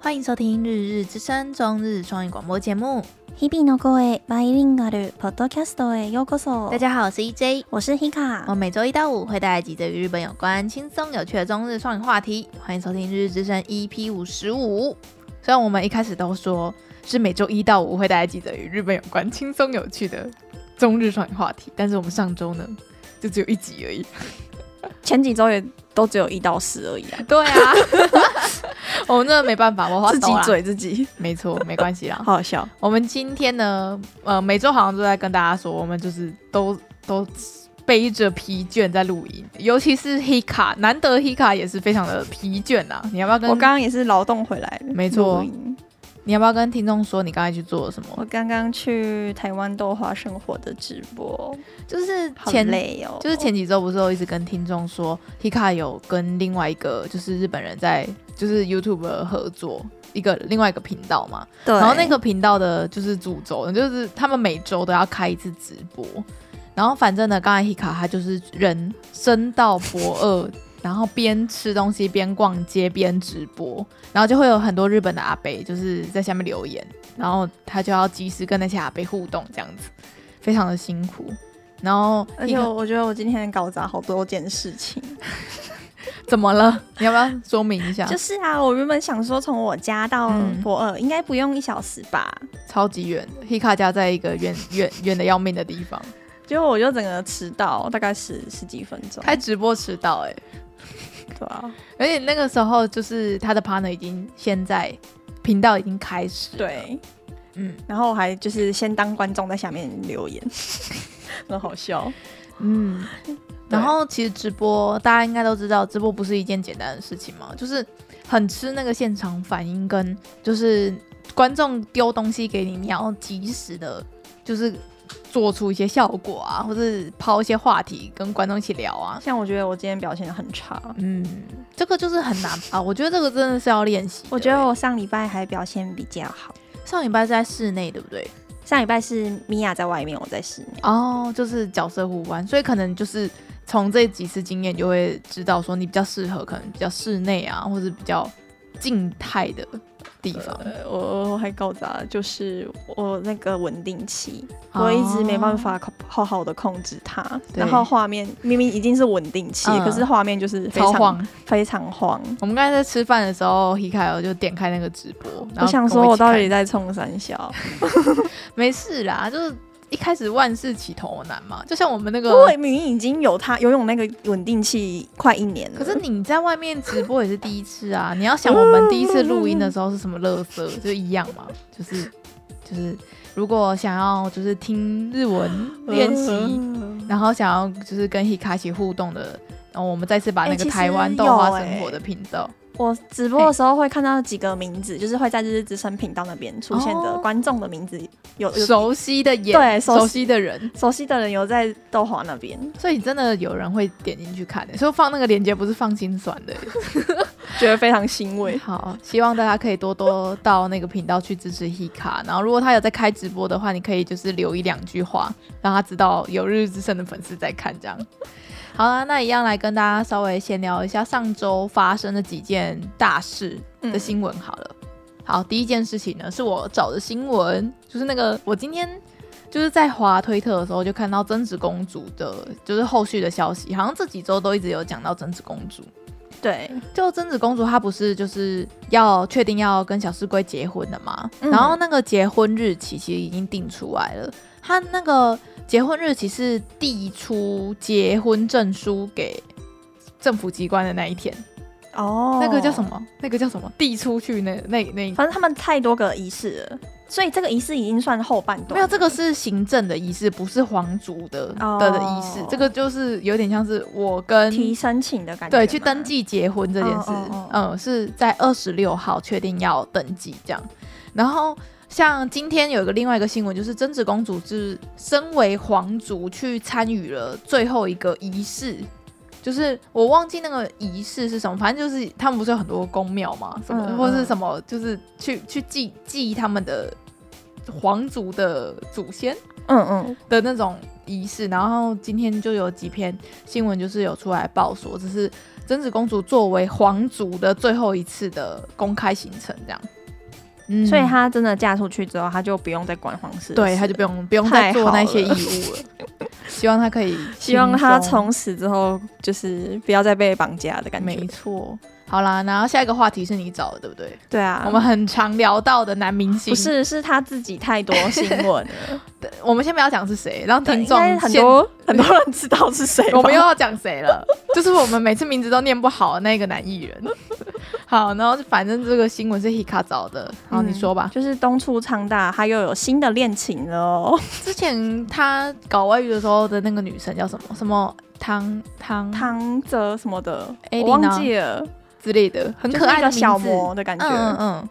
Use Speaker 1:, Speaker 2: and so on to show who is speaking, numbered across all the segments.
Speaker 1: 欢迎收听《日日之声》中日双语广播节目。
Speaker 2: 日々の声 Bilingual Podcast へようこそ。
Speaker 1: 大家好，我哦是 EJ，
Speaker 2: 我是
Speaker 1: 我
Speaker 2: Hika。
Speaker 1: 每周一到五会带来几则与日本有关、轻松有趣的中日双语话题。欢迎收听《日日之声》EP 五十五。虽然我们一开始都说是每周一到五会带来几则与日本有关、轻松有趣的中日双语话题，但是我们上周呢就只有一集而已。
Speaker 2: 前几周也都只有一到十而已啊，
Speaker 1: 对啊， 我们真的没办法，我花
Speaker 2: 自己
Speaker 1: 抖啦，哦
Speaker 2: 嘴自己，
Speaker 1: 没错，没关系啦。
Speaker 2: 好好笑。
Speaker 1: 我们今天呢，呃，每周好像都在跟大家说，我们就是都都背着疲倦在录音，尤其是 Hika，难得 Hika 也是非常的疲倦啊。你要不要
Speaker 2: 我
Speaker 1: 跟
Speaker 2: 刚刚也是劳动回来的，
Speaker 1: 没错
Speaker 2: 录音
Speaker 1: 你要不要跟听众说你刚才去做了什
Speaker 2: 我
Speaker 1: 么？
Speaker 2: 刚刚去台湾豆花生活的直播，
Speaker 1: 就是
Speaker 2: 好
Speaker 1: 前
Speaker 2: 累哦。
Speaker 1: 就是前几周不是有一直跟听众说，Hika 有跟另外一个就是日本人在就是 YouTube 合作一个另外一个频道嘛，
Speaker 2: 对，
Speaker 1: 然后那个频道的就是主轴呢，就是他们每周都要开一次直播。然后反正呢，刚才 Hika 他就是人生到博二， 然后边吃东西边逛街边直播，然后就会有很多日本的阿伯就是在下面留言，然后他就要及时跟那些阿伯互动，这样子非常的辛苦。然后
Speaker 2: 而且
Speaker 1: Hika-
Speaker 2: 我我觉得我今天搞砸好多件事情。
Speaker 1: 啊怎么了？你要不要说明一下？
Speaker 2: 就是啊，我原本想说从我家到
Speaker 1: 嗯
Speaker 2: 博尔、应该不用一小时吧，
Speaker 1: 超级远，Hika 家在一个远远远的要命的地 方，
Speaker 2: 结果我就整个迟到大概十十几分钟。
Speaker 1: 开直播迟到哎、
Speaker 2: 对啊，
Speaker 1: 而且那个时候就是他的 partner 已经现在频道已经开始，，
Speaker 2: 对，
Speaker 1: 嗯
Speaker 2: 然后我还就是先当观众在下面留 言，很好笑。
Speaker 1: 嗯。然后其实直播大家应该都知道，直播不是一件简单的事情嘛，就是很吃那个现场反应跟就是观众丢东西给你，你要及时的，就是做出一些效果啊，或是抛一些话题跟观众一起聊啊。
Speaker 2: 像我觉得我今天表现很差，
Speaker 1: 嗯，这个就是很难啊，我觉得这个真的是要练习的。欸
Speaker 2: 我觉得我上礼拜还表现比较好。
Speaker 1: 上礼拜是在室内，对不对？
Speaker 2: 上礼拜是米娅在外面，我在室内。
Speaker 1: 哦，就是角色互换，所以可能就是从这几次经验就会知道说你比较适合可能比较室内啊，或者比较静态的地方。
Speaker 2: 呃，我我还搞砸，就是我那个稳定器，
Speaker 1: 哦
Speaker 2: 我一直没办法控好好的控制它，
Speaker 1: 对
Speaker 2: 然后画面明明已经是稳定器，
Speaker 1: 嗯
Speaker 2: 可是画面就是非
Speaker 1: 超
Speaker 2: 常
Speaker 1: 晃！
Speaker 2: 非常慌。
Speaker 1: 我们刚才在吃饭的时候，Hikayo 就点开那个直播，然后
Speaker 2: 我想
Speaker 1: 跟
Speaker 2: 说，
Speaker 1: 一
Speaker 2: 我
Speaker 1: 起
Speaker 2: 到
Speaker 1: 看
Speaker 2: 底在冲三小？
Speaker 1: 没事啦，就是一开始万事起头难嘛，就像我们那
Speaker 2: 因为
Speaker 1: 个，
Speaker 2: 明明已经有它，游泳那个稳定器快一年了。
Speaker 1: 可是你在外面直播也是第一次啊，你要想我们第一次录音的时候是什么乐色，就一样嘛，就是就是，如果想要就是听日
Speaker 2: 嗯
Speaker 1: 文练习。然后想要就是跟 Hika 一起互动的，然后我们再次把那
Speaker 2: 欸
Speaker 1: 个
Speaker 2: 其实
Speaker 1: 台湾豆花生活的频道，
Speaker 2: 我直播的时候会看到几个名字，就是会在日日之声频道那边出现的
Speaker 1: 哦
Speaker 2: 观众的名字，有有
Speaker 1: 熟悉的眼，
Speaker 2: 哎对熟
Speaker 1: 熟
Speaker 2: 悉
Speaker 1: 悉的人，
Speaker 2: 熟悉的人有在豆花那边，
Speaker 1: 所以真的有人会点进去看、欸，所以放那个链接不是放心酸的、
Speaker 2: 觉得非常欣慰。
Speaker 1: 嗯好，希望大家可以多多到那个频道去支持 Hika，然后如果他有在开直播的话，你可以就是留一两句话，让他知道有日日之声的粉丝在看这样。好啦，那一样来跟大家稍微闲聊一下上周发生的几件大事的新闻好了。好，第一件事情呢，是我找的新闻，就是那个我今天就是在滑推特的时候就看到贞子公主的，就是后续的消息，好像这几周都一直有讲到贞子公主。
Speaker 2: 对，
Speaker 1: 就贞子公主她不是就是要确定要跟小四龟结婚了嘛？
Speaker 2: 嗯
Speaker 1: 然后那个结婚日期其实已经定出来了，她那个结婚日期是递出结婚证书给政府机关的那一天，
Speaker 2: 哦
Speaker 1: 那个叫什？么？那个叫什么？递出去那那那
Speaker 2: 反正他们太多个仪式了，所以这个仪式已经算后半段。
Speaker 1: 没有，这个是行政的仪式，不是皇族的
Speaker 2: 哦
Speaker 1: 的的仪式。这个就是有点像是我跟
Speaker 2: 提申请的感觉吗，
Speaker 1: 对，去登记结婚这件事，
Speaker 2: 哦哦
Speaker 1: 嗯，是在二十六号确定要登记这样。然后像今天有一个另外一个新闻，就是贞子公主是身为皇族去参与了最后一个仪式，就是我忘记那个仪式是什么，反正就是他们不是有很多宫庙嘛，什么、
Speaker 2: 嗯嗯
Speaker 1: 或是什么，就是去去祭祭他们的皇族的祖先。
Speaker 2: 嗯嗯，
Speaker 1: 的那种仪式，然后今天就有几篇新闻，就是有出来报说，这是贞子公主作为皇族的最后一次的公开行程，这样。嗯
Speaker 2: 所以她真的嫁出去之后，她就不用再管皇室的
Speaker 1: 对
Speaker 2: 事
Speaker 1: 他就不用不用再
Speaker 2: 太
Speaker 1: 做
Speaker 2: 好
Speaker 1: 那些义
Speaker 2: 了
Speaker 1: 务了。 希望他可以，
Speaker 2: 希望她从此之后就是不要再被绑架的感觉
Speaker 1: 没。错。好啦，然后下一个话题是你找的，对不对？
Speaker 2: 对啊，
Speaker 1: 我们很常聊到的男明星，
Speaker 2: 不是是她自己太多新闻 了，
Speaker 1: 我们先不要讲是谁，让
Speaker 2: 对
Speaker 1: 听
Speaker 2: 应该
Speaker 1: 众
Speaker 2: 很
Speaker 1: 先
Speaker 2: 多很多人知道是 谁 吧。
Speaker 1: 我们又要讲谁了？就是我们每次名字都念不好的那个男艺人。好，然后反正这个新闻是 Hika 找的，然后你说吧。
Speaker 2: 就是东出昌大，他又有新的恋情了 哦，
Speaker 1: 之前他搞外遇的时候的那个女生叫什么？什么汤汤
Speaker 2: 汤泽什么的，
Speaker 1: Elena
Speaker 2: 我忘记了，
Speaker 1: 之类的，很可爱
Speaker 2: 就是一
Speaker 1: 的
Speaker 2: 个小
Speaker 1: 名字
Speaker 2: 魔的感觉。
Speaker 1: 嗯嗯嗯。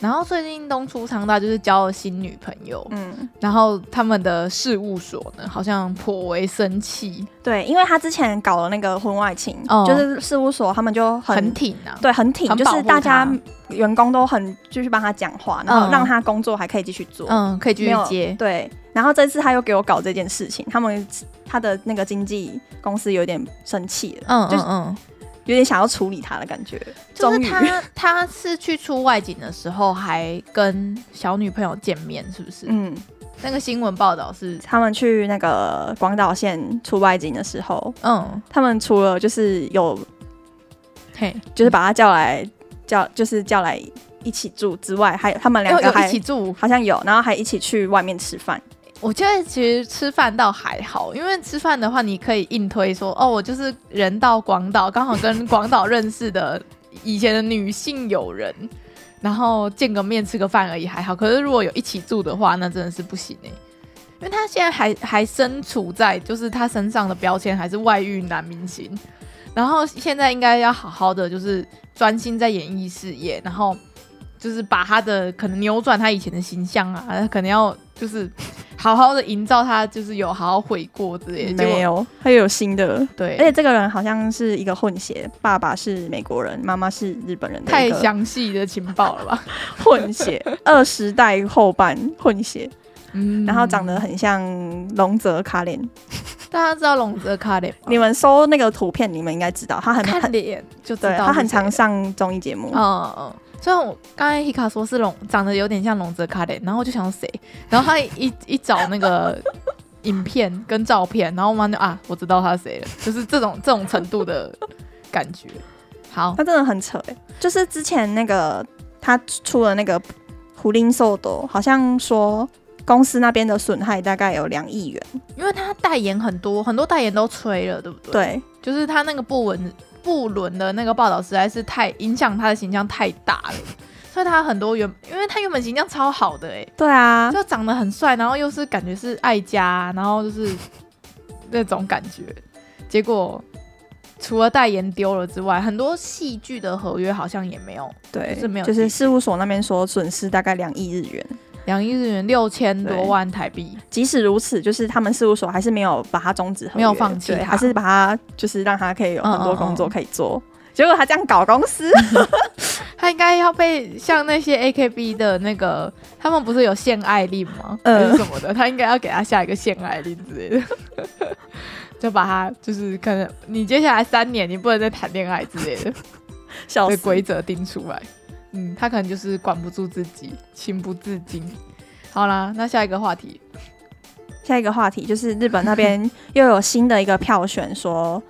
Speaker 1: 然后最近东出昌大就是交了新女朋友，
Speaker 2: 嗯，
Speaker 1: 然后他们的事务所呢好像颇为生气，
Speaker 2: 对，因为他之前搞了那个婚外情，
Speaker 1: 哦
Speaker 2: 就是事务所他们就很
Speaker 1: 很挺啊。
Speaker 2: 对很挺，
Speaker 1: 很
Speaker 2: 就
Speaker 1: 保护
Speaker 2: 是大家
Speaker 1: 他
Speaker 2: 员工都很就是帮他讲话，然后
Speaker 1: 嗯
Speaker 2: 让他工作还可以继续做。
Speaker 1: 嗯，可以继
Speaker 2: 没
Speaker 1: 续
Speaker 2: 有
Speaker 1: 接。
Speaker 2: 对，然后这次他又给我搞这件事情，他们他的那个经纪公司有点生气了，
Speaker 1: 嗯
Speaker 2: 就
Speaker 1: 嗯
Speaker 2: 是
Speaker 1: 嗯，
Speaker 2: 有点想要处理他的感觉。
Speaker 1: 就是
Speaker 2: 终于，
Speaker 1: 他他是去出外景的时候还跟小女朋友见面，是不是？
Speaker 2: 嗯，
Speaker 1: 那个新闻报道是，
Speaker 2: 他们去那个广岛县出外景的时候，
Speaker 1: 嗯，
Speaker 2: 他们除了就是有
Speaker 1: 嘿，
Speaker 2: 就是把他叫来叫就是叫来一起住之外，还有他们两
Speaker 1: 有哦
Speaker 2: 个
Speaker 1: 有
Speaker 2: 还
Speaker 1: 嗯一起住。
Speaker 2: 好像有，然后还一起去外面吃饭。
Speaker 1: 我觉得其实吃饭倒还好，因为吃饭的话，你可以硬推说，哦，我就是人到广岛，刚好跟广岛认识的以前的女性友人，然后见个面吃个饭而已还好。可是如果有一起住的话，那真的是不行哎、因为他现在还还身处在就是他身上的标签还是外遇男明星，然后现在应该要好好的就是专心在演艺事业，然后就是把他的可能扭转他以前的形象啊，可能要就是好好的营造他就是有好好悔过之类的。
Speaker 2: 没
Speaker 1: 结果
Speaker 2: 有，他又有新的。
Speaker 1: 对，
Speaker 2: 而且这个人好像是一个混血，爸爸是美国人，妈妈是日本人的
Speaker 1: 太
Speaker 2: 一个
Speaker 1: 详细的情报了吧？
Speaker 2: 混 血，二十代后半混血，
Speaker 1: 嗯哦
Speaker 2: 然后长得很像龙泽卡莲。
Speaker 1: 大家知道龙泽卡脸吗？
Speaker 2: 你们搜那个图片，你们应该知道他很
Speaker 1: 看
Speaker 2: 很
Speaker 1: 脸就知道
Speaker 2: 对
Speaker 1: 是谁了，
Speaker 2: 他很常上综艺节目。
Speaker 1: 嗯嗯，虽然我刚才 Hika 说是龙长得有点像龙泽卡脸，然后我就想谁，然后他一一找那个 影片跟照片，然后我妈就啊，我知道他是谁了，就是这种这种程度的感觉。好，
Speaker 2: 他真的很扯哎、就是之前那个他出了那个《胡林兽斗》，好像说公司那边的损害大概有两亿元，
Speaker 1: 因为他代言很多，很多代言都吹了，对不对？，
Speaker 2: 对，
Speaker 1: 就是他那个不伦不伦的那个报道实在是太影响他的形象太大了，所以他很多原，因为他原本形象超好的哎、
Speaker 2: 对啊，
Speaker 1: 就长得很帅，然后又是感觉是爱家，然后就是那种感觉。结果除了代言丢了之外，很多戏剧的合约好像也没有
Speaker 2: 对，
Speaker 1: 就是没有
Speaker 2: 就是
Speaker 1: 记
Speaker 2: 事务所那边说损失大概两亿日元。
Speaker 1: 两亿日元六千
Speaker 2: 对
Speaker 1: 多万台币，
Speaker 2: 即使如此，就是他们事务所还是没有把他终止合约，
Speaker 1: 没有放弃
Speaker 2: 对
Speaker 1: 他
Speaker 2: 还是把他就是让他可以有很多
Speaker 1: 嗯嗯嗯
Speaker 2: 工作可以做。结果他这样搞 公司，
Speaker 1: 他应该要被像那些 A K B 的那个，他们不是有限爱令吗？
Speaker 2: 嗯
Speaker 1: 还是什么的，他应该要给他下一个限爱令之类的， 就把他就是可能你接下来三年你不能再谈恋爱之类的。
Speaker 2: 小
Speaker 1: 被规则定出来。嗯，他可能就是管不住自己，情不自禁。好啦，那下一个话题，
Speaker 2: 下一个话题就是日本那边又有新的一个票选说，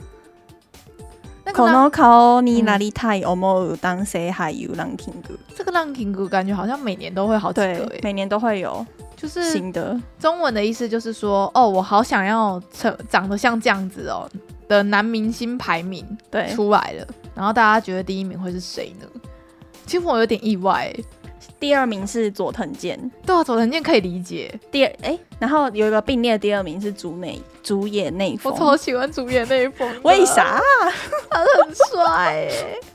Speaker 1: 那个
Speaker 2: こ
Speaker 1: 浪
Speaker 2: の顔になりたい思う男性俳優ランキング。
Speaker 1: 这个浪 king 感觉好像每年都会好几个、
Speaker 2: 对，
Speaker 1: 欸，
Speaker 2: 每年都会有
Speaker 1: 就是
Speaker 2: 新的。
Speaker 1: 中文的意思就是说，哦，我好想要成长得像这样子哦的男明星排名
Speaker 2: 对，
Speaker 1: 出来了，然后大家觉得第一名会是谁呢？其实我有点意外、欸，
Speaker 2: 第二名是佐藤健，
Speaker 1: 对啊，佐藤健可以理解，
Speaker 2: 第二哎、然后有一个并列第二名是竹内竹野内
Speaker 1: 我
Speaker 2: 丰。
Speaker 1: 超喜欢主演那一封，
Speaker 2: 为啥？
Speaker 1: 他很帅哎、
Speaker 2: 欸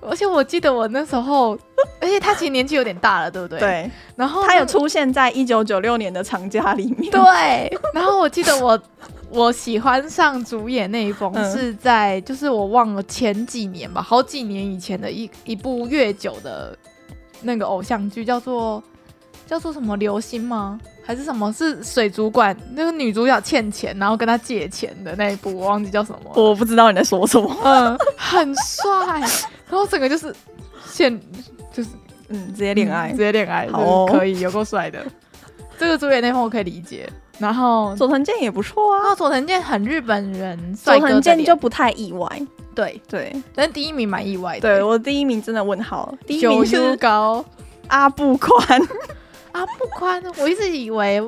Speaker 1: 而且我记得我那时候，而且他其实年纪有点大了，对不对？。
Speaker 2: 对，
Speaker 1: 然后
Speaker 2: 他有
Speaker 1: 那
Speaker 2: 出现在一九九六年的长假里面。
Speaker 1: 对，然后我记得我 我喜欢上主演那一封
Speaker 2: 嗯
Speaker 1: 是在、就是我忘了前几年吧，好几年以前的一一部越久的那个偶像剧，叫做叫做什么流星吗？还是什么？是水族馆那个女主角欠钱，然后跟他借钱的那一部，我忘记叫什么了。
Speaker 2: 我不知道你在说什么。
Speaker 1: 嗯，很帅，然后整个就是现就是
Speaker 2: 嗯，直接恋爱
Speaker 1: 直，接恋爱，
Speaker 2: 好哦
Speaker 1: 这可以，有够帅的。 这个主演内风我可以理解。然后，
Speaker 2: 佐藤健也不错啊。
Speaker 1: 啊，佐藤健很日本人，
Speaker 2: 佐
Speaker 1: 帅哥
Speaker 2: 藤
Speaker 1: 的
Speaker 2: 健
Speaker 1: 脸
Speaker 2: 就不太意外，
Speaker 1: 对，
Speaker 2: 对
Speaker 1: 但是第一名蛮意外的。
Speaker 2: 对，我第一名真的问号，第一
Speaker 1: 九
Speaker 2: 名
Speaker 1: 叔
Speaker 2: 是
Speaker 1: 高
Speaker 2: 阿布宽，
Speaker 1: 啊，不宽，我一直以为，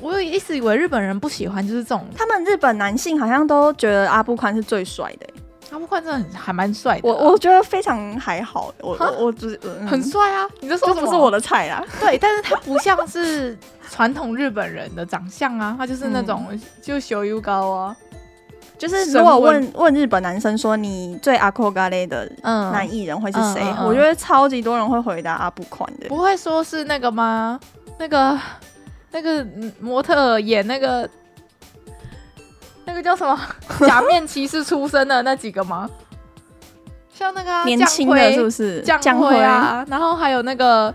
Speaker 1: 我一直以为日本人不喜欢就是这种
Speaker 2: 他们日本男性好像都觉得阿布宽是最帅的欸、
Speaker 1: 阿布宽真的很还蛮帅的
Speaker 2: 我
Speaker 1: 啊、
Speaker 2: 我觉得非常还好，我
Speaker 1: 哈
Speaker 2: 我我只、嗯、
Speaker 1: 很帅啊！你这说
Speaker 2: 就
Speaker 1: 什
Speaker 2: 不
Speaker 1: 么？
Speaker 2: 是我的菜啦，
Speaker 1: 对，但是他不像是传统日本人的长相啊，他就是那种、就修 U 高啊，
Speaker 2: 就是
Speaker 1: 神
Speaker 2: 如果
Speaker 1: 问
Speaker 2: 问问日本男生说你最阿扣咖喱的
Speaker 1: 嗯
Speaker 2: 男艺人会是
Speaker 1: 嗯
Speaker 2: 谁
Speaker 1: 嗯，嗯
Speaker 2: 我觉得超级多人会回答阿布宽的，
Speaker 1: 不会说是那个吗？那个那个嗯模特儿演那个那个叫 什么假面骑士出身的那几个吗？像那个、啊、
Speaker 2: 年轻
Speaker 1: 江
Speaker 2: 的
Speaker 1: 辉
Speaker 2: 是不是？
Speaker 1: 江辉啊，然后还有那个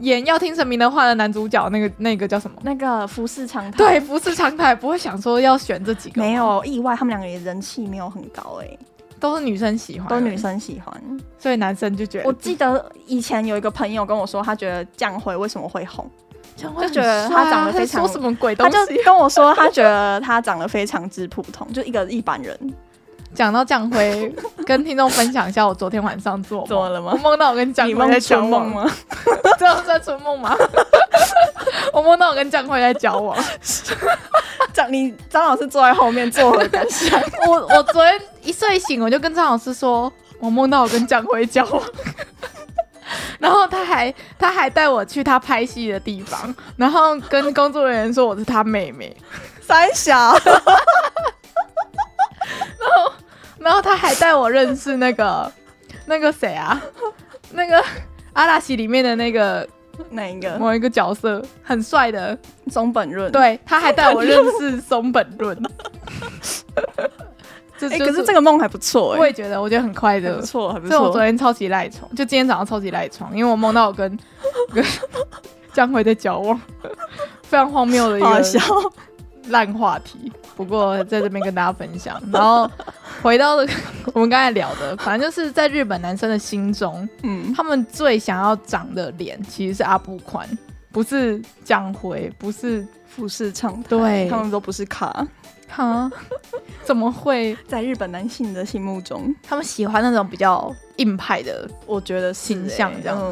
Speaker 1: 演要听神明的话的男主角，那个那个叫什么？
Speaker 2: 那个服饰长头，
Speaker 1: 对，不是常态，不会想说要选这几个，
Speaker 2: 没，有意外，他们两个也人气没有很高哎、
Speaker 1: 都是女生喜欢，
Speaker 2: 都女，生喜欢。
Speaker 1: 所以男生就觉得
Speaker 2: 我记得以前有一个朋友跟我说，他觉得江辉为什么会红，
Speaker 1: 就
Speaker 2: 就觉得啊他长得非常
Speaker 1: 说什么鬼 东
Speaker 2: 他就
Speaker 1: 西。
Speaker 2: 跟我说他觉得他长得非常之普通，就一个一般人。
Speaker 1: 讲到江辉，跟听众分享一下我昨天晚上做梦
Speaker 2: 怎么了吗
Speaker 1: 我梦到我跟江
Speaker 2: 你
Speaker 1: 辉
Speaker 2: 梦
Speaker 1: 在交
Speaker 2: 春
Speaker 1: 往，
Speaker 2: 梦 吗？
Speaker 1: 这样算春梦吗？ 我梦到我跟江辉在交 往，
Speaker 2: 张你张老师坐在后面作何感想？
Speaker 1: 我我昨天一睡醒，我就跟张老师说，我梦到我 跟江辉交往，然后他还他还带我去他拍戏的地方，然后跟工作人员说我是他妹妹，
Speaker 2: 三 小，
Speaker 1: 然后他还带我认识那个那个谁啊，那个阿拉西里面的那个
Speaker 2: 哪一 个？
Speaker 1: 某一个角色，很帅的，
Speaker 2: 松本润。
Speaker 1: 对，他还带我认识松本润。 这
Speaker 2: 哎、
Speaker 1: 就
Speaker 2: 可是这
Speaker 1: 个
Speaker 2: 个梦还不错哎、
Speaker 1: 我也觉得，我觉得很快
Speaker 2: 还
Speaker 1: 乐
Speaker 2: 不。错，还不
Speaker 1: 所以我昨
Speaker 2: 错。
Speaker 1: 天超级赖床，就今天早上超级赖床，因为我梦到我跟跟江辉在交往，非常荒谬的一
Speaker 2: 好好
Speaker 1: 个
Speaker 2: 笑，
Speaker 1: 烂话题，不过在这边跟大家分享。然后回到了我们刚才聊的，反正就是在日本男生的心中，
Speaker 2: 嗯，
Speaker 1: 他们最想要长的脸其实是阿布宽，不是江辉，不是
Speaker 2: 服饰唱台，
Speaker 1: 对
Speaker 2: 他们都不是卡，
Speaker 1: 哈，怎么会？
Speaker 2: 在日本男性的心目中，
Speaker 1: 他们喜欢那种比较硬派的，
Speaker 2: 我觉得是
Speaker 1: 形象这样子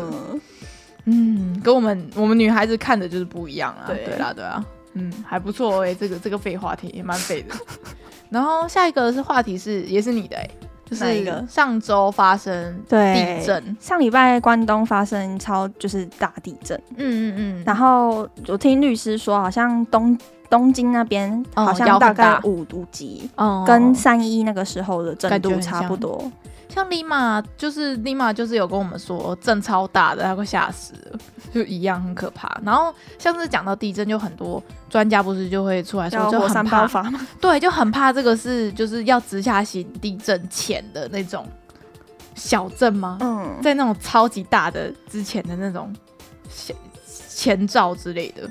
Speaker 2: 嗯
Speaker 1: 嗯，跟我们我们女孩子看的就是不一样啊。
Speaker 2: 对
Speaker 1: 对啦，对啊，嗯，还不错哎、这个这个废话题也蛮废的。 然后下一个是话题是也是你的哎、就
Speaker 2: 哪一个
Speaker 1: 是上周发生
Speaker 2: 对
Speaker 1: 地。震，
Speaker 2: 上礼拜关东发生超就是大地震，
Speaker 1: 嗯嗯嗯，
Speaker 2: 然后我听律师说，好像东东京那边
Speaker 1: 哦
Speaker 2: 好
Speaker 1: 摇
Speaker 2: 像
Speaker 1: 很
Speaker 2: 大概
Speaker 1: 大
Speaker 2: 五五级，
Speaker 1: 哦
Speaker 2: 跟三一那个时候的震
Speaker 1: 感觉
Speaker 2: 度
Speaker 1: 很
Speaker 2: 差不
Speaker 1: 像
Speaker 2: 多。
Speaker 1: 像立马就是立马就是有跟我们说震超大的，他快吓死了，就一样很可怕。然后像是讲到地震，就很多专家不是就会出来说
Speaker 2: 叫
Speaker 1: 就
Speaker 2: 火
Speaker 1: 很
Speaker 2: 山
Speaker 1: 怕
Speaker 2: 爆发吗？
Speaker 1: 对，就很怕这个是就是要直下型地震前的那种小震吗？
Speaker 2: 嗯，
Speaker 1: 在那种超级大的之前的那种前前兆之类的。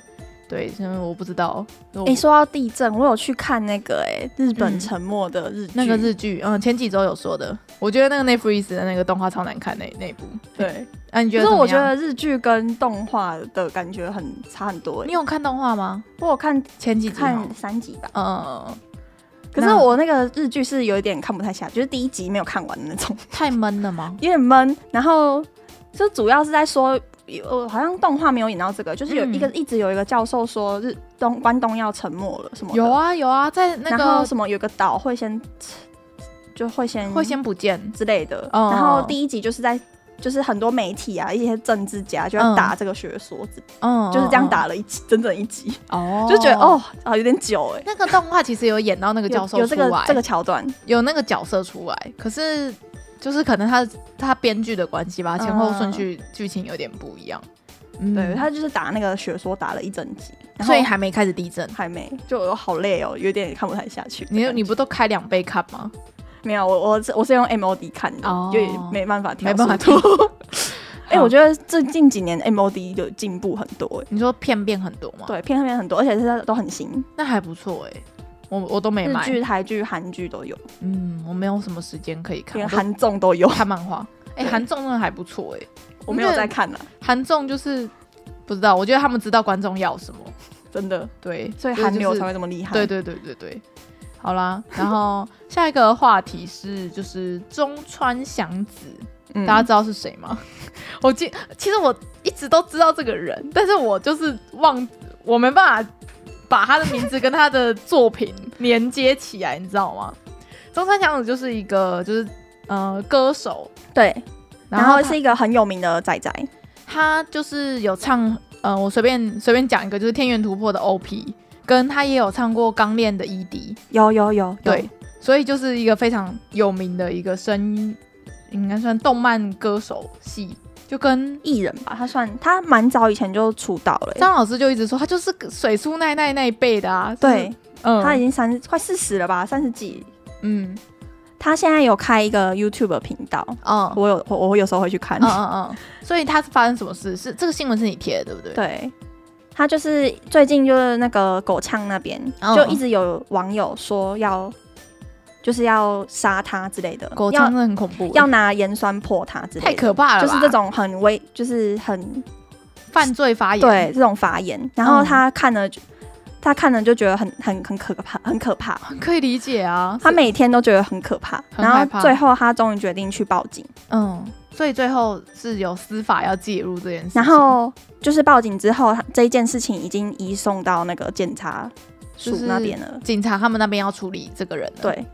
Speaker 1: 对，因为我不知道。我
Speaker 2: 哎、说到地震，我有去看那个哎、日本
Speaker 1: 嗯
Speaker 2: 沉没的日剧、
Speaker 1: 那个日剧，嗯，前几周有说的，我觉得那个 Netflix 的那个动画超难看那那一部。
Speaker 2: 对，
Speaker 1: 啊，你觉
Speaker 2: 可
Speaker 1: 得怎么
Speaker 2: 是
Speaker 1: 样？
Speaker 2: 我觉得日剧跟动画的感觉很差很多、欸。
Speaker 1: 你有看动画吗？
Speaker 2: 我有看
Speaker 1: 前几集哦好
Speaker 2: 看三集吧，
Speaker 1: 呃，
Speaker 2: 可是
Speaker 1: 那
Speaker 2: 我那个日剧是有一点看不太下，就是第一集没有看完的那种，
Speaker 1: 太闷了吗？
Speaker 2: 有点闷。然后就主要是在说，呃，好像动画没有演到这个，就是有
Speaker 1: 嗯
Speaker 2: 一个、一直有一个教授说日东关东要沉没了什么的
Speaker 1: 有，啊有啊，在那
Speaker 2: 然后
Speaker 1: 个
Speaker 2: 什么有个岛会先就会先
Speaker 1: 会先不见，
Speaker 2: 之类的。
Speaker 1: 哦
Speaker 2: 然后第一集就是在就是很多媒体啊，一些政治家就在打这个学说子，
Speaker 1: 嗯，
Speaker 2: 就是这样
Speaker 1: 嗯
Speaker 2: 打了一集，整整一集，
Speaker 1: 哦，
Speaker 2: 就觉得哦啊有点久哎、
Speaker 1: 那个动画其实有演到那个教
Speaker 2: 有
Speaker 1: 授
Speaker 2: 有
Speaker 1: 出
Speaker 2: 这
Speaker 1: 来，
Speaker 2: 个这个桥段，
Speaker 1: 有那个角色出来，可是就是可能他他编剧的关系吧，
Speaker 2: 嗯
Speaker 1: 前后顺序剧情有点不一样。嗯
Speaker 2: 对他就是打那个学说打了一整集，然后
Speaker 1: 所以还没开始地震。
Speaker 2: 还没，就我好累哦，有点看不太下去的感
Speaker 1: 你
Speaker 2: 觉。
Speaker 1: 你不都开两倍看吗？
Speaker 2: 没有我我是我是用 MOD 看的，
Speaker 1: 哦
Speaker 2: 就也没办法调
Speaker 1: 没办法
Speaker 2: 速度。 哎、
Speaker 1: 好
Speaker 2: 我觉得最近几年 MOD 有进步很多、哎，
Speaker 1: 嗯你说片变很多吗？，
Speaker 2: 对，片上面很多，而且是都很新，
Speaker 1: 那还不错哎、我我都没
Speaker 2: 日
Speaker 1: 买。
Speaker 2: 剧、台剧、韩剧都有，
Speaker 1: 嗯，我没有什么时间可以看，
Speaker 2: 连
Speaker 1: 我都
Speaker 2: 韩综都有。
Speaker 1: 看漫画。哎、
Speaker 2: 对
Speaker 1: 韩综真的还不错哎、
Speaker 2: 我没有在看了，啊
Speaker 1: 韩综就是不知道，我觉得他们知道观众要什么，
Speaker 2: 真的，
Speaker 1: 对，
Speaker 2: 所以
Speaker 1: 这个
Speaker 2: 韩
Speaker 1: 就
Speaker 2: 流
Speaker 1: 是
Speaker 2: 才会这么厉害。
Speaker 1: 对对对对对，好啦，然后下一个话题是就是中川祥子，
Speaker 2: 嗯
Speaker 1: 大家知道是谁吗？ 我记，其实我一直都知道这个人，但是我就是忘，我没办法把他的名字跟他的作 品连接起来，你知道吗？中川祥子就是一个就是呃歌手，
Speaker 2: 对，然
Speaker 1: 后
Speaker 2: 后
Speaker 1: 他
Speaker 2: 是一个很有名的仔仔，
Speaker 1: 他就是有唱，呃，我随便随便讲一个，就是《天元突破》的 OP，跟他也有唱过《钢炼》的 ED，
Speaker 2: 有有有，
Speaker 1: 对，所以就是一个非常有名的一个声音，应该算动漫歌手系，就跟
Speaker 2: 艺人吧，他算他蛮早以前就出道了、欸
Speaker 1: 张老师就一直说他就是个水树奈奈那一辈的啊，就是
Speaker 2: 对，，
Speaker 1: 嗯，
Speaker 2: 他已经三十快四十了吧，三十几。
Speaker 1: 嗯
Speaker 2: 他现在有开一个 YouTube 频道，
Speaker 1: 嗯
Speaker 2: 我有我我有时候会去看。
Speaker 1: 嗯 嗯嗯，所以他是发生什么事？是这个新闻是你贴的，对不对？，
Speaker 2: 对，他就是最近就是那个狗呛那边、
Speaker 1: 嗯
Speaker 2: 就一直有网友说要就是要杀他之类的，
Speaker 1: 狗真
Speaker 2: 要
Speaker 1: 的很恐怖，
Speaker 2: 要拿盐酸泼他之类的，
Speaker 1: 太可怕了吧，
Speaker 2: 就是这种很危，就是很
Speaker 1: 犯罪发言，
Speaker 2: 对这种发
Speaker 1: 嗯
Speaker 2: 言。然后他看了，他看了就觉得很很很可怕，很可怕。
Speaker 1: 可以理解啊，
Speaker 2: 他每天都觉得很可怕，
Speaker 1: 很
Speaker 2: 然
Speaker 1: 害怕
Speaker 2: 后最后他终于决定去报警。
Speaker 1: 嗯，所以最后是有司法要介入这件事情，
Speaker 2: 然后就是报警之后，他这一件事情已经移送到那个检察署
Speaker 1: 就是
Speaker 2: 那边了。
Speaker 1: 警察他们那边要处理这个人，，
Speaker 2: 对，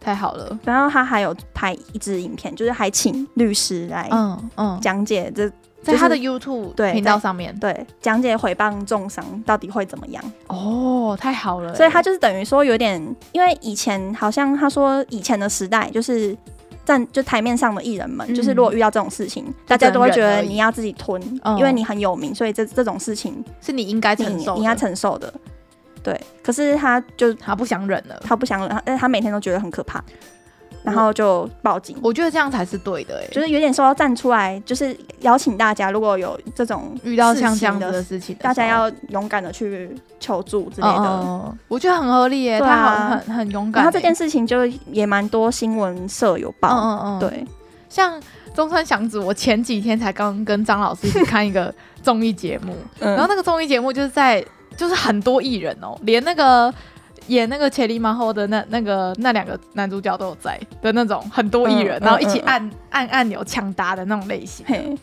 Speaker 1: 太好了，
Speaker 2: 然后他还有拍一支影片，就是还请律师来
Speaker 1: 嗯嗯，
Speaker 2: 哎讲解这、
Speaker 1: 在他的
Speaker 2: 就
Speaker 1: YouTube
Speaker 2: 对
Speaker 1: 频道上面，
Speaker 2: 对讲解诽谤重伤到底会怎么样。
Speaker 1: 哦，太好了欸，
Speaker 2: 所以他就是等于说有点，因为以前好像他说以前的时代就是站就台面上的艺人们，
Speaker 1: 嗯
Speaker 2: 就是如果遇到这种事情，大家都会觉
Speaker 1: 忍而
Speaker 2: 得
Speaker 1: 已
Speaker 2: 你要自己吞，
Speaker 1: 嗯
Speaker 2: 因为你很有名，所以这这种事情
Speaker 1: 是你应该
Speaker 2: 你
Speaker 1: 承受的，
Speaker 2: 你要承受的。对，可是他就
Speaker 1: 他不想忍了，
Speaker 2: 他不想，他他每天都觉得很可怕，然
Speaker 1: 我
Speaker 2: 后就报警。
Speaker 1: 我觉得这样才是对的，哎，
Speaker 2: 就是有点说要站出来，就是邀请大家，如果有这种
Speaker 1: 遇到
Speaker 2: 事
Speaker 1: 像这
Speaker 2: 情
Speaker 1: 样子
Speaker 2: 的
Speaker 1: 的
Speaker 2: 时，
Speaker 1: 事情的时候，
Speaker 2: 大家要勇敢的去求助之类的。
Speaker 1: 嗯，嗯嗯我觉得很合理耶，
Speaker 2: 对
Speaker 1: 他
Speaker 2: 啊
Speaker 1: 好很很勇敢
Speaker 2: 然
Speaker 1: 欸，
Speaker 2: 后这件事情就也蛮多新闻社有报，
Speaker 1: 嗯嗯嗯，
Speaker 2: 对，
Speaker 1: 像中川祥子，我前几天才刚跟张老师一起看一个综艺节目，
Speaker 2: 嗯
Speaker 1: 然后那个综艺节目就是在就是很多艺人哦，连那个演那个《千里马后》的那那个那两个男主角都有在的那种很多艺人，
Speaker 2: 嗯
Speaker 1: 然后一起
Speaker 2: 嗯嗯嗯
Speaker 1: 按、按按钮抢答的那种类型。
Speaker 2: 嘿，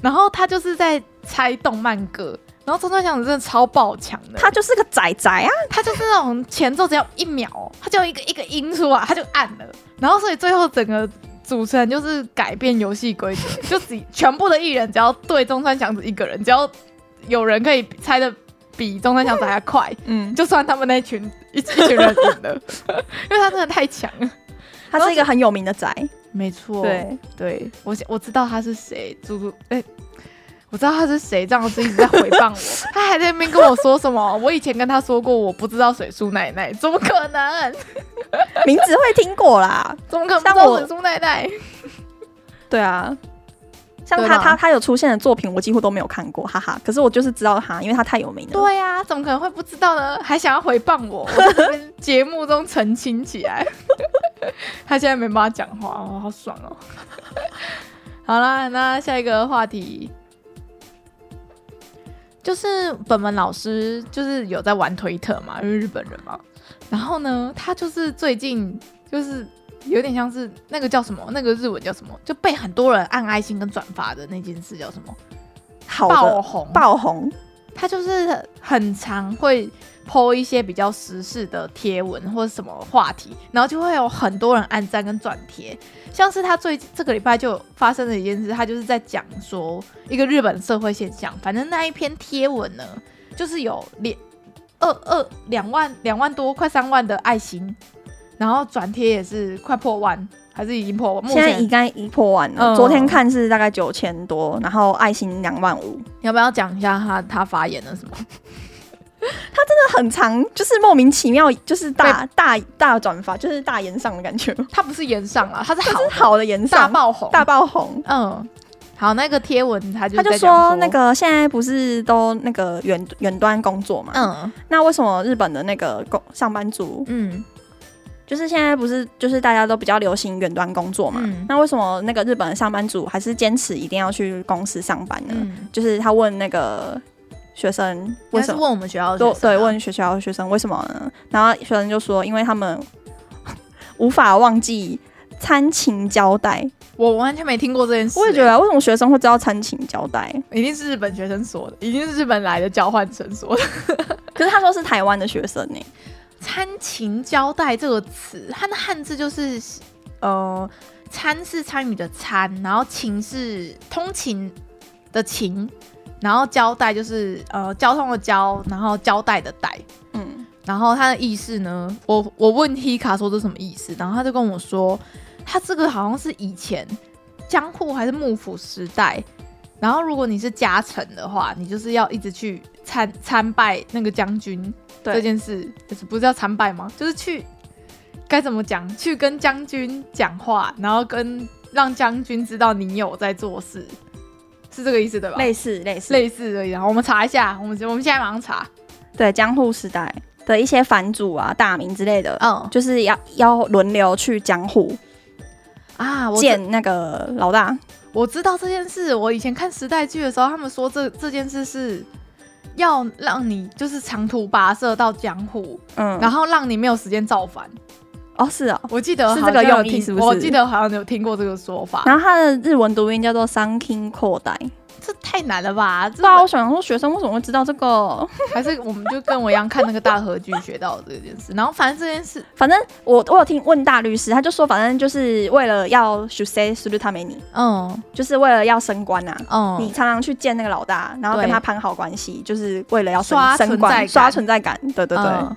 Speaker 1: 然后他就是在猜动漫歌，然后中川祥子真的超爆强的，
Speaker 2: 他就是个仔仔啊，
Speaker 1: 他就是那种前奏只要一秒哦，他就有一个一个音出来，他就按了，然后所以最后整个主持人就是改变游戏规则，就只全部的艺人只要对中川祥子一个人，只要有人可以猜的比中川祥子还快，
Speaker 2: 嗯，
Speaker 1: 就算他们那群一一群人赢了，因为他真的太强了。
Speaker 2: 他是一个很有名的仔，
Speaker 1: 没错，
Speaker 2: 对，
Speaker 1: 对我我知道他是谁，猪猪哎。我知道他是谁，这样子一直在回谤我，他还在那边跟我说什么？我以前跟他说过，我不知道水树奶奶，怎么可能？
Speaker 2: 名字会听 过啦，
Speaker 1: 怎么可能不知
Speaker 2: 像
Speaker 1: 道
Speaker 2: 我
Speaker 1: 水树奶奶？
Speaker 2: 对啊，像
Speaker 1: 对
Speaker 2: 他
Speaker 1: 吧
Speaker 2: 他他有出现的作品，我几乎都没有看过，哈哈，可是我就是知道他，因为他太有名了，
Speaker 1: 对啊呀、怎么可能会不知道呢？还想要回谤 我，我在这边节目中澄清起来。 他现在没办法讲话，我好爽哦。 好啦，那下一个话题就是本门老师就是有在玩推特嘛，因为日本人嘛。然后呢，他就是最近就是有点像是那个叫什么，那个日文叫什么，就被很多人按爱心跟转发的那件事叫什么？
Speaker 2: 好
Speaker 1: 爆
Speaker 2: 的
Speaker 1: 红，
Speaker 2: 爆红，
Speaker 1: 他就是很常会 PO 一些比较时事的贴文或者什么话题，然后就会有很多人按赞跟转贴。像是他最这个礼拜就有发生了一件事，他就是在讲说一个日本社会现象。反正那一篇贴文呢，就是有两二二两万两万多快三万的爱心，然后转贴也是快破万，还是已经破万。目
Speaker 2: 现在
Speaker 1: 前
Speaker 2: 应该已破万了，
Speaker 1: 嗯
Speaker 2: 昨天看是大概九千多，然后爱心两万五，
Speaker 1: 要不要讲一下他他发言了什么？
Speaker 2: 这很长，就是莫名其妙，就是大大大转发，就是大延上的感 觉，
Speaker 1: 他不是言上啊，他是好
Speaker 2: 就是好的延
Speaker 1: 大
Speaker 2: 上，
Speaker 1: 爆红，
Speaker 2: 大爆红。
Speaker 1: 嗯，好，那个贴文他就
Speaker 2: 他
Speaker 1: 他
Speaker 2: 就说那，个现在不是都那个远远端工作嘛，
Speaker 1: 嗯
Speaker 2: 那为什么日本的那个工上班族
Speaker 1: 嗯，
Speaker 2: 就是现在不是就是大家都比较流行远端工作嘛，
Speaker 1: 嗯
Speaker 2: 那为什么那个日本的上班族还是坚持一定要去公司上班呢？
Speaker 1: 嗯，
Speaker 2: 就是他问那个学生
Speaker 1: 应该
Speaker 2: 为什
Speaker 1: 是
Speaker 2: 么，
Speaker 1: 问我们学校的
Speaker 2: 对
Speaker 1: 学生啊
Speaker 2: 对，问学校的学生为什么呢？然后学生就说，因为他们无法忘记餐勤交代。
Speaker 1: 我完全没听过这件事，欸
Speaker 2: 我也觉得，为什么学生会知道餐勤交代？
Speaker 1: 一定是日本学生说的，一定是日本来的交换生说 的。
Speaker 2: 可是他说是台湾的学生呢、
Speaker 1: 餐勤交代这个词，它的汉字就是呃，餐是参与的餐，然后勤是通勤的勤，然后交代就是呃交通的交，然后交代的代。
Speaker 2: 嗯，
Speaker 1: 然后他的意思呢，我我问 Hika 说这什么意思，然后他就跟我说，他这个好像是以前江户还是幕府时代，然后如果你是家臣的话，你就是要一直去参参拜那个将军这
Speaker 2: 对，
Speaker 1: 件事，就是不是要参拜吗？就是去该怎么讲，去跟将军讲话，然后跟让将军知道你有在做事，是这个意思对吧？
Speaker 2: 类似类似，
Speaker 1: 类似而已啊，然后我们查一下，我们我们现在马上查，
Speaker 2: 对江户时代的一些藩主啊、大名之类的，
Speaker 1: 嗯
Speaker 2: 就是要要轮流去江户
Speaker 1: 啊，我
Speaker 2: 见那个老大。
Speaker 1: 我知道这件事，我以前看时代剧的时候，他们说这这件事是要让你就是长途跋涉到江户，
Speaker 2: 嗯，
Speaker 1: 然后让你没有时间造反。
Speaker 2: 哦是哦，
Speaker 1: 我记得
Speaker 2: 是
Speaker 1: 好像
Speaker 2: 这个用
Speaker 1: 有
Speaker 2: 意
Speaker 1: 听
Speaker 2: 是不是嗯
Speaker 1: 我记得好像有听过这个说法。
Speaker 2: 然后他的日文读音叫做 “sunking 扩代”，不
Speaker 1: 这太难了吧？这
Speaker 2: 知啊道我想说学生为什么会知道这个？
Speaker 1: 还是我们就跟我一样看那个大和剧学到的这件事。然后反正这件事
Speaker 2: 反正我我有听问大律师，他就说反正就是为了要 s h u s e i s u t a m e n
Speaker 1: 嗯
Speaker 2: 就是为了要升官啊。你
Speaker 1: 嗯，
Speaker 2: 常常去见那个老大，然后跟
Speaker 1: 对
Speaker 2: 他攀好关系，就是为了要升
Speaker 1: 刷
Speaker 2: 升
Speaker 1: 存在
Speaker 2: 官、
Speaker 1: 感
Speaker 2: 刷存在感。对对对，
Speaker 1: 嗯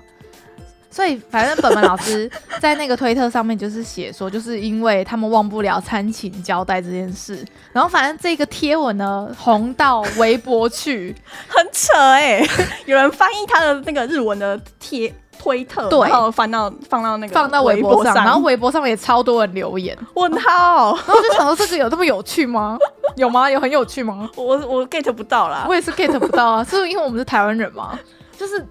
Speaker 1: 所以，反正本本老 师在那个推特上面就是写说，就是因为他们忘不了餐请交代这件事，然后反正这个贴文呢红到微博去，
Speaker 2: 很扯哎、有人翻译他的那个日文的贴推特，
Speaker 1: 对
Speaker 2: 然后翻到放到那个
Speaker 1: 放到微
Speaker 2: 微
Speaker 1: 博上，
Speaker 2: 上，
Speaker 1: 然后微博上面也超多人留言，
Speaker 2: 问号，
Speaker 1: 然后我就想说这个有这么有趣吗？有吗？有很有趣吗？
Speaker 2: 我我 get 不到啦
Speaker 1: 我。也是 get 不到啊，是因为我们是台湾人吗？就是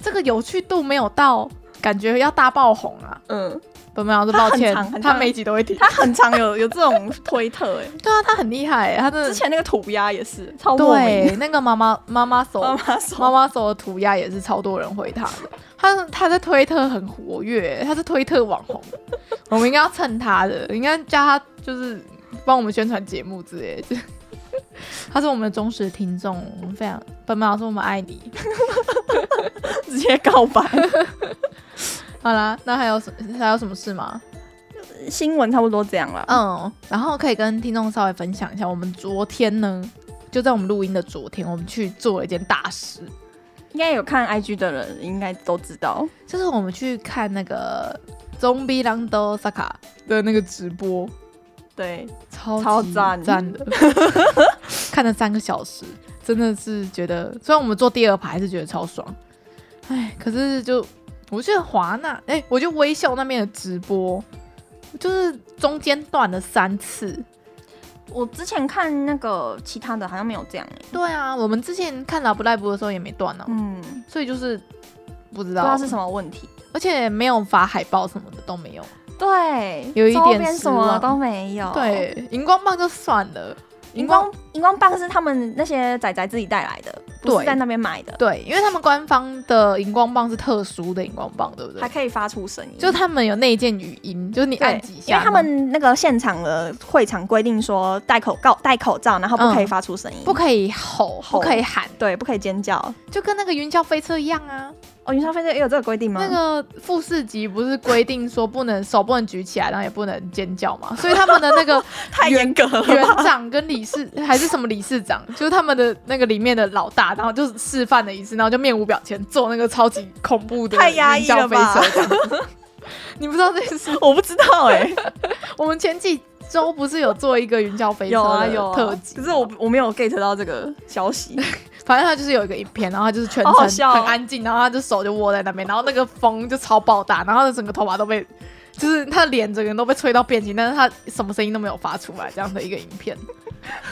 Speaker 1: 这个有趣度没有到，感觉要大爆红啊！
Speaker 2: 嗯，
Speaker 1: 本本老师，抱歉
Speaker 2: 他很长，很
Speaker 1: 他
Speaker 2: 长
Speaker 1: 每集都会提。
Speaker 2: 他很常有有这种推特哎、
Speaker 1: 对啊，他很厉害、他真的
Speaker 2: 之前那个涂鸦也是超
Speaker 1: 哦
Speaker 2: 莫名，
Speaker 1: 对那个妈妈妈妈手
Speaker 2: 妈妈
Speaker 1: 妈
Speaker 2: 说
Speaker 1: 妈手的涂鸦也是超多人回他的，他他在推特很活跃，他是推特网红，我们应该要蹭他的，应该叫他就是帮我们宣传节目之类的。 他是我们的忠实听众，我们非常本本老师，我们爱你。
Speaker 2: 直接告白。
Speaker 1: 好啦，那还有什还有什么事吗？
Speaker 2: 新闻差不多这样了。
Speaker 1: 嗯，然后可以跟听众稍微分享一下，我们昨天呢，就在我们录音的昨天，我们去做了一件大事，
Speaker 2: 应该有看 IG 的人应该都知道，
Speaker 1: 就是我们去看那个 Zombie Lando Saka 的那个直播，
Speaker 2: 对，
Speaker 1: 超
Speaker 2: 超
Speaker 1: 级
Speaker 2: 赞
Speaker 1: 赞 的，看了三个小时，真的是觉得，虽然我们坐第二排还是觉得超爽，哎，可是就我觉得华纳，哎、我觉得微笑那边的直播，就是中间断了三次。
Speaker 2: 我之前看那个其他的好像没有这样、欸、
Speaker 1: 对啊，我们之前看《拉布赖布》的时候也没断呢、啊
Speaker 2: 嗯，不
Speaker 1: 所以就是不知
Speaker 2: 知道
Speaker 1: 道
Speaker 2: 是什么问题。
Speaker 1: 而且没有发海报什么的都没有。
Speaker 2: 对，
Speaker 1: 有一点
Speaker 2: 周边
Speaker 1: 失
Speaker 2: 什
Speaker 1: 望
Speaker 2: 么都没有。，
Speaker 1: 对，荧光棒就算了，
Speaker 2: 哦荧光荧光棒是他们那些仔仔自己带来的，不
Speaker 1: 对
Speaker 2: 是在那边买的，
Speaker 1: 对，因为他们官方的荧光棒是特殊的荧光棒，对不对
Speaker 2: 还？可以发出声音。
Speaker 1: 就他们有内建语音，就是你
Speaker 2: 对
Speaker 1: 按几
Speaker 2: 因
Speaker 1: 下，
Speaker 2: 为他们那个现场的会场规定说戴口罩戴口罩，然后不可以
Speaker 1: 嗯
Speaker 2: 发出声音，
Speaker 1: 不可以吼，不
Speaker 2: 吼
Speaker 1: 可以喊，
Speaker 2: 对，不可以尖叫。
Speaker 1: 就跟那个云霄飞车一样啊。
Speaker 2: 哦，云霄飞车也有这个规定吗？
Speaker 1: 那个富士级不是规定说不能手不能举起来，然后也不能尖叫嘛，所以他们的那个
Speaker 2: 太严格了
Speaker 1: 园
Speaker 2: 吧？
Speaker 1: 长跟理事 还是什么理事长，就是他们的那个里面的老大，然后就是示范了一次，然后就面无表情做那个超级恐怖的
Speaker 2: 太压抑
Speaker 1: 云霄
Speaker 2: 了
Speaker 1: 飞
Speaker 2: 吧
Speaker 1: 车这样 子。你不知道这件事？
Speaker 2: 我不知道哎、
Speaker 1: 我们前几周不是有做一个云霄飞车
Speaker 2: 有啊
Speaker 1: 的
Speaker 2: 有啊
Speaker 1: 特辑吗？
Speaker 2: 可是我我没有 get 到这个消 息，
Speaker 1: 反正他就是有一个影片，然后他就是全
Speaker 2: 好
Speaker 1: 程
Speaker 2: 好笑哦
Speaker 1: 很安静，然后他就手就握在那边，然后那个风就超爆大，然后他的整个头发都被，就是他的脸整个人都被吹到变形，但是他什么声音都没有发出来，这样的一个影片，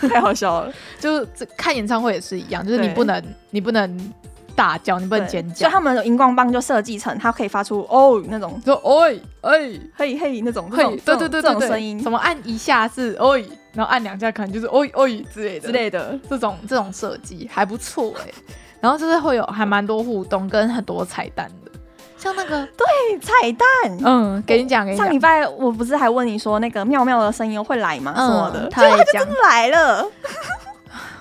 Speaker 2: 太好笑了。
Speaker 1: 就是这看演唱会也是一样，就是你
Speaker 2: 对
Speaker 1: 不能你不能大叫，你不能
Speaker 2: 对
Speaker 1: 尖
Speaker 2: 所
Speaker 1: 叫
Speaker 2: 以。他们的荧光棒就设计成它可以发出哦那种
Speaker 1: 说哎哎
Speaker 2: 嘿嘿那种这种
Speaker 1: 嘿，对对对
Speaker 2: 这
Speaker 1: 对
Speaker 2: 种
Speaker 1: 对，
Speaker 2: 声音
Speaker 1: 什么按一下是哦，然后按两下可能就是哦哦之类的
Speaker 2: 之类的。
Speaker 1: 这种这种设计还不错哎、然后就是会有还蛮多互动跟很多彩蛋的，像那个
Speaker 2: 嘿彩蛋，
Speaker 1: 嗯，给你讲给你
Speaker 2: 上礼
Speaker 1: 讲，
Speaker 2: 拜我不是还问你说那个妙妙的声优会来吗？什么的，
Speaker 1: 嗯，他也讲
Speaker 2: 来了，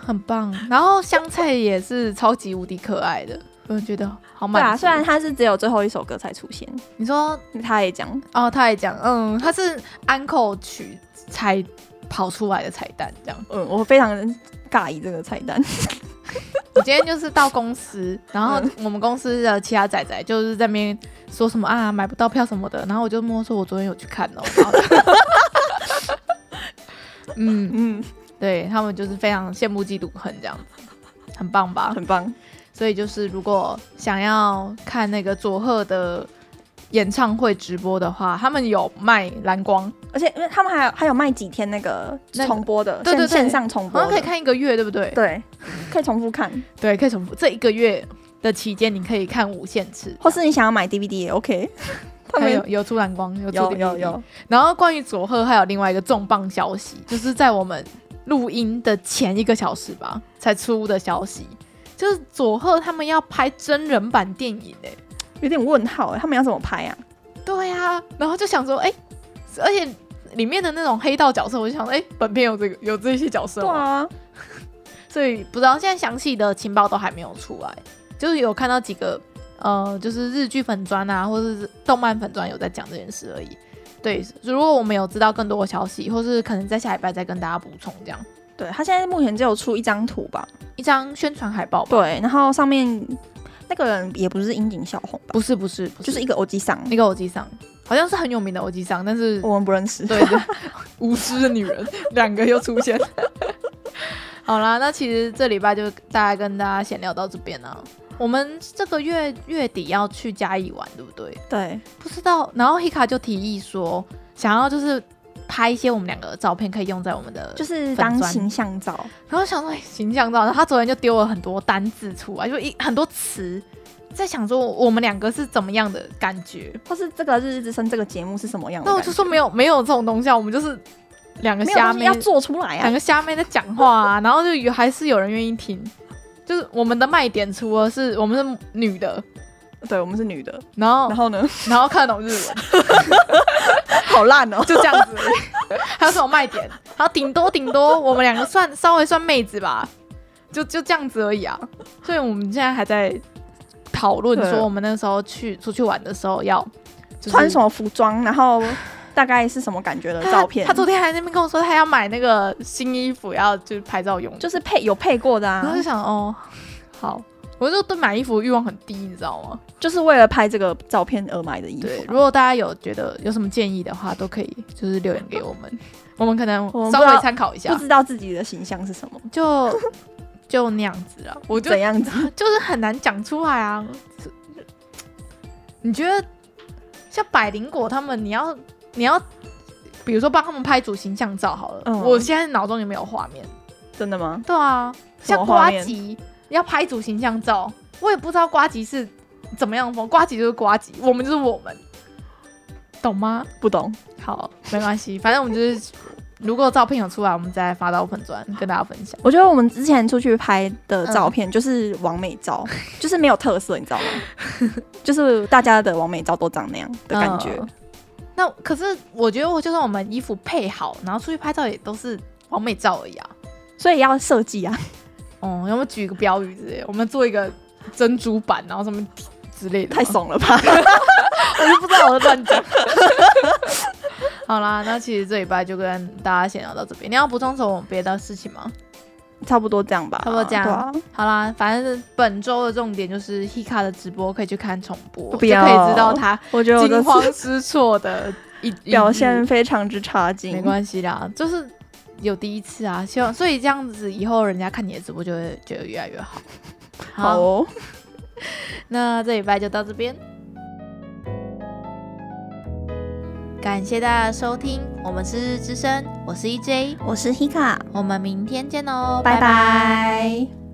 Speaker 1: 很棒。然后香菜也是超级无敌可爱的，我觉得好
Speaker 2: 对
Speaker 1: 满
Speaker 2: 啊，
Speaker 1: 足。
Speaker 2: 虽然他是只有最后一首歌才出现，
Speaker 1: 你说
Speaker 2: 他也讲
Speaker 1: 哦，他也讲嗯，他是安扣曲才跑出来的彩蛋这样。
Speaker 2: 嗯，我非常尬意这个彩蛋。
Speaker 1: 我今天就是到公司，然后我们公司的其他仔仔就是在那边说什么啊买不到票什么的，然后我就默默说我昨天有去看哦。然后 嗯，
Speaker 2: 嗯，
Speaker 1: 对他们就是非常羡慕嫉妒恨这样子，很棒吧？
Speaker 2: 很棒。
Speaker 1: 所以就是如果想要看那个佐贺的演唱会直播的话，他们有卖蓝光，
Speaker 2: 而且因为他们还有还有卖几天那个
Speaker 1: 那个
Speaker 2: 重播的，
Speaker 1: 对对
Speaker 2: 线
Speaker 1: 对
Speaker 2: 线上重
Speaker 1: 好
Speaker 2: 播
Speaker 1: 像可以
Speaker 2: 的，
Speaker 1: 看一个月，对不对？
Speaker 2: 对，可以重复看，
Speaker 1: 对，可以重复这一个月的期间，你可以看无限次，
Speaker 2: 或是你想要买 DVD 也 OK。他
Speaker 1: 还
Speaker 2: 们
Speaker 1: 有有出蓝光，有出
Speaker 2: 有
Speaker 1: DVD
Speaker 2: 有有，
Speaker 1: 然后关于佐贺还有另外一个重磅消息，就是在我们录音的前一个小时吧才出的消息，就是佐贺他们要拍真人版电影哎、
Speaker 2: 有点问号欸，他们要怎么拍啊？
Speaker 1: 对呀、然后就想说哎、而且里面的那种黑道角色，我就想哎、本片有这个有这些角色
Speaker 2: 对
Speaker 1: 吗？
Speaker 2: 啊，
Speaker 1: 所以不知道现在详细的情报都还没有出来，就是有看到几个呃，就是日剧粉砖啊，或者是动漫粉砖有在讲这件事而已。对，如果我们有知道更多的消息，或是可能在下礼拜再跟大家补充这样
Speaker 2: 对啊他现在目前只有出一张图吧？
Speaker 1: 一张宣传海报吧。
Speaker 2: 对，然后上面那个人也不是樱井孝宏吧？
Speaker 1: 不是不是，不嗯
Speaker 2: 就是一
Speaker 1: 一
Speaker 2: 个欧吉桑，
Speaker 1: 一个偶机上，好像是很有名的偶机上，但是
Speaker 2: 我们不认 识。
Speaker 1: 对对，无知的女人，两个又出现。 好啦，那其实这礼拜就大概跟大家闲聊到这边啦、我们这个月月底要去嘉义玩，对不对？
Speaker 2: 对，
Speaker 1: 不知道。然后 Hika 就提议说，想要就是拍一些我们两个的照片，可以用在我们的，
Speaker 2: 就是是当
Speaker 1: 粉砖
Speaker 2: 形象照，
Speaker 1: 然后想说、哎形象照。然后他昨天就丢了很多单字出来，就一很多词，在想说我们两个是怎么样的感觉。
Speaker 2: 或是这个《日日之声》这个节目是什么样的
Speaker 1: 那
Speaker 2: 感
Speaker 1: 我
Speaker 2: 觉？
Speaker 1: 就说没有没有这种东西啊，我们就是两个
Speaker 2: 没有
Speaker 1: 虾
Speaker 2: 东西
Speaker 1: 妹
Speaker 2: 要做出来
Speaker 1: 两
Speaker 2: 啊！
Speaker 1: 个虾妹在讲话啊，然后就有还是有人愿意听。就是我们的卖点，除了是我们是女的，
Speaker 2: 对，我们是女的，
Speaker 1: 然后
Speaker 2: 然后呢，
Speaker 1: 然后看得懂日文，
Speaker 2: 好烂哦。
Speaker 1: 就这样子而已。还有什么卖点？然后顶多顶多我们两个算稍微算妹子吧，就就这样子而已啊。所以我们现在还在讨论
Speaker 2: 对
Speaker 1: 说，我们那时候去出去玩的时候要、就是
Speaker 2: 穿什么服装，然后大概是什么感觉的
Speaker 1: 他
Speaker 2: 照片？
Speaker 1: 他昨天还在那边跟我说，他要买那个新衣服，要就是拍照用的。
Speaker 2: 就是配有配过的
Speaker 1: 然
Speaker 2: 啊
Speaker 1: 后就，想哦，好，我就对买衣服欲望很低，你知道吗？
Speaker 2: 就是为了拍这个照片而买的衣
Speaker 1: 对，
Speaker 2: 服
Speaker 1: 如。果大家有觉得有什么建议的话，都可以就是留言给我 们，我们可能
Speaker 2: 我们
Speaker 1: 稍
Speaker 2: 不知
Speaker 1: 微
Speaker 2: 道
Speaker 1: 参考一
Speaker 2: 不
Speaker 1: 下，
Speaker 2: 知道自己的形象是什么，
Speaker 1: 就就那样子了。我就
Speaker 2: 怎样子？
Speaker 1: 就是很难讲出来啊。这你觉得像百灵果他们，你要你要，比如说帮他们拍组形象照好了，
Speaker 2: 嗯
Speaker 1: 我现在脑中有没有画面？
Speaker 2: 真的吗？
Speaker 1: 对啊，
Speaker 2: 什
Speaker 1: 像
Speaker 2: 么画
Speaker 1: 瓜
Speaker 2: 面
Speaker 1: 吉要拍一组形象照，我也不知道瓜吉是怎么样的风，瓜吉就是瓜吉，我们就是我们，懂吗？
Speaker 2: 不懂。
Speaker 1: 好，没关系， 反正我们就是，如果照片有出来，我们再发到粉砖跟大家分享。
Speaker 2: 我觉得我们之前出去拍的照
Speaker 1: 嗯
Speaker 2: 片就是完美照， 就是没有特色，你知道吗？ 就是大家的完美照都长那样的感觉。
Speaker 1: 嗯那可是我觉得，我就算我们衣服配好，然后出去拍照也都是完美照而已啊。
Speaker 2: 所以要设计啊，
Speaker 1: 哦、要不要举一个标语之类的，我嗯们做一个珍珠版，然后什么之类的吗。
Speaker 2: 太怂了吧？
Speaker 1: 我就不知道我在乱讲。 好啦，那其实这礼拜就跟大家闲聊到这边。你要补充什么别的事情吗？
Speaker 2: 差不多这样吧，
Speaker 1: 差不多这样
Speaker 2: 对啊
Speaker 1: 好啦，反正本周的重点就是 Hika 的直播可以去看重播，
Speaker 2: 不
Speaker 1: 就
Speaker 2: 要
Speaker 1: 可以知道他
Speaker 2: 我觉得我
Speaker 1: 惊
Speaker 2: 的
Speaker 1: 慌失措的一
Speaker 2: 表现。非常之差
Speaker 1: 一日
Speaker 2: 劲
Speaker 1: 没。关系啦，就是有第一次啊，希望所以这样子以后人家看你的直播就会觉得越来越好。
Speaker 2: 好哦，
Speaker 1: 那这礼拜就到这边，感谢大家的收听，我们是日之声，我是 EJ，
Speaker 2: 我是 Hika，
Speaker 1: 我们明天见哦，
Speaker 2: 拜拜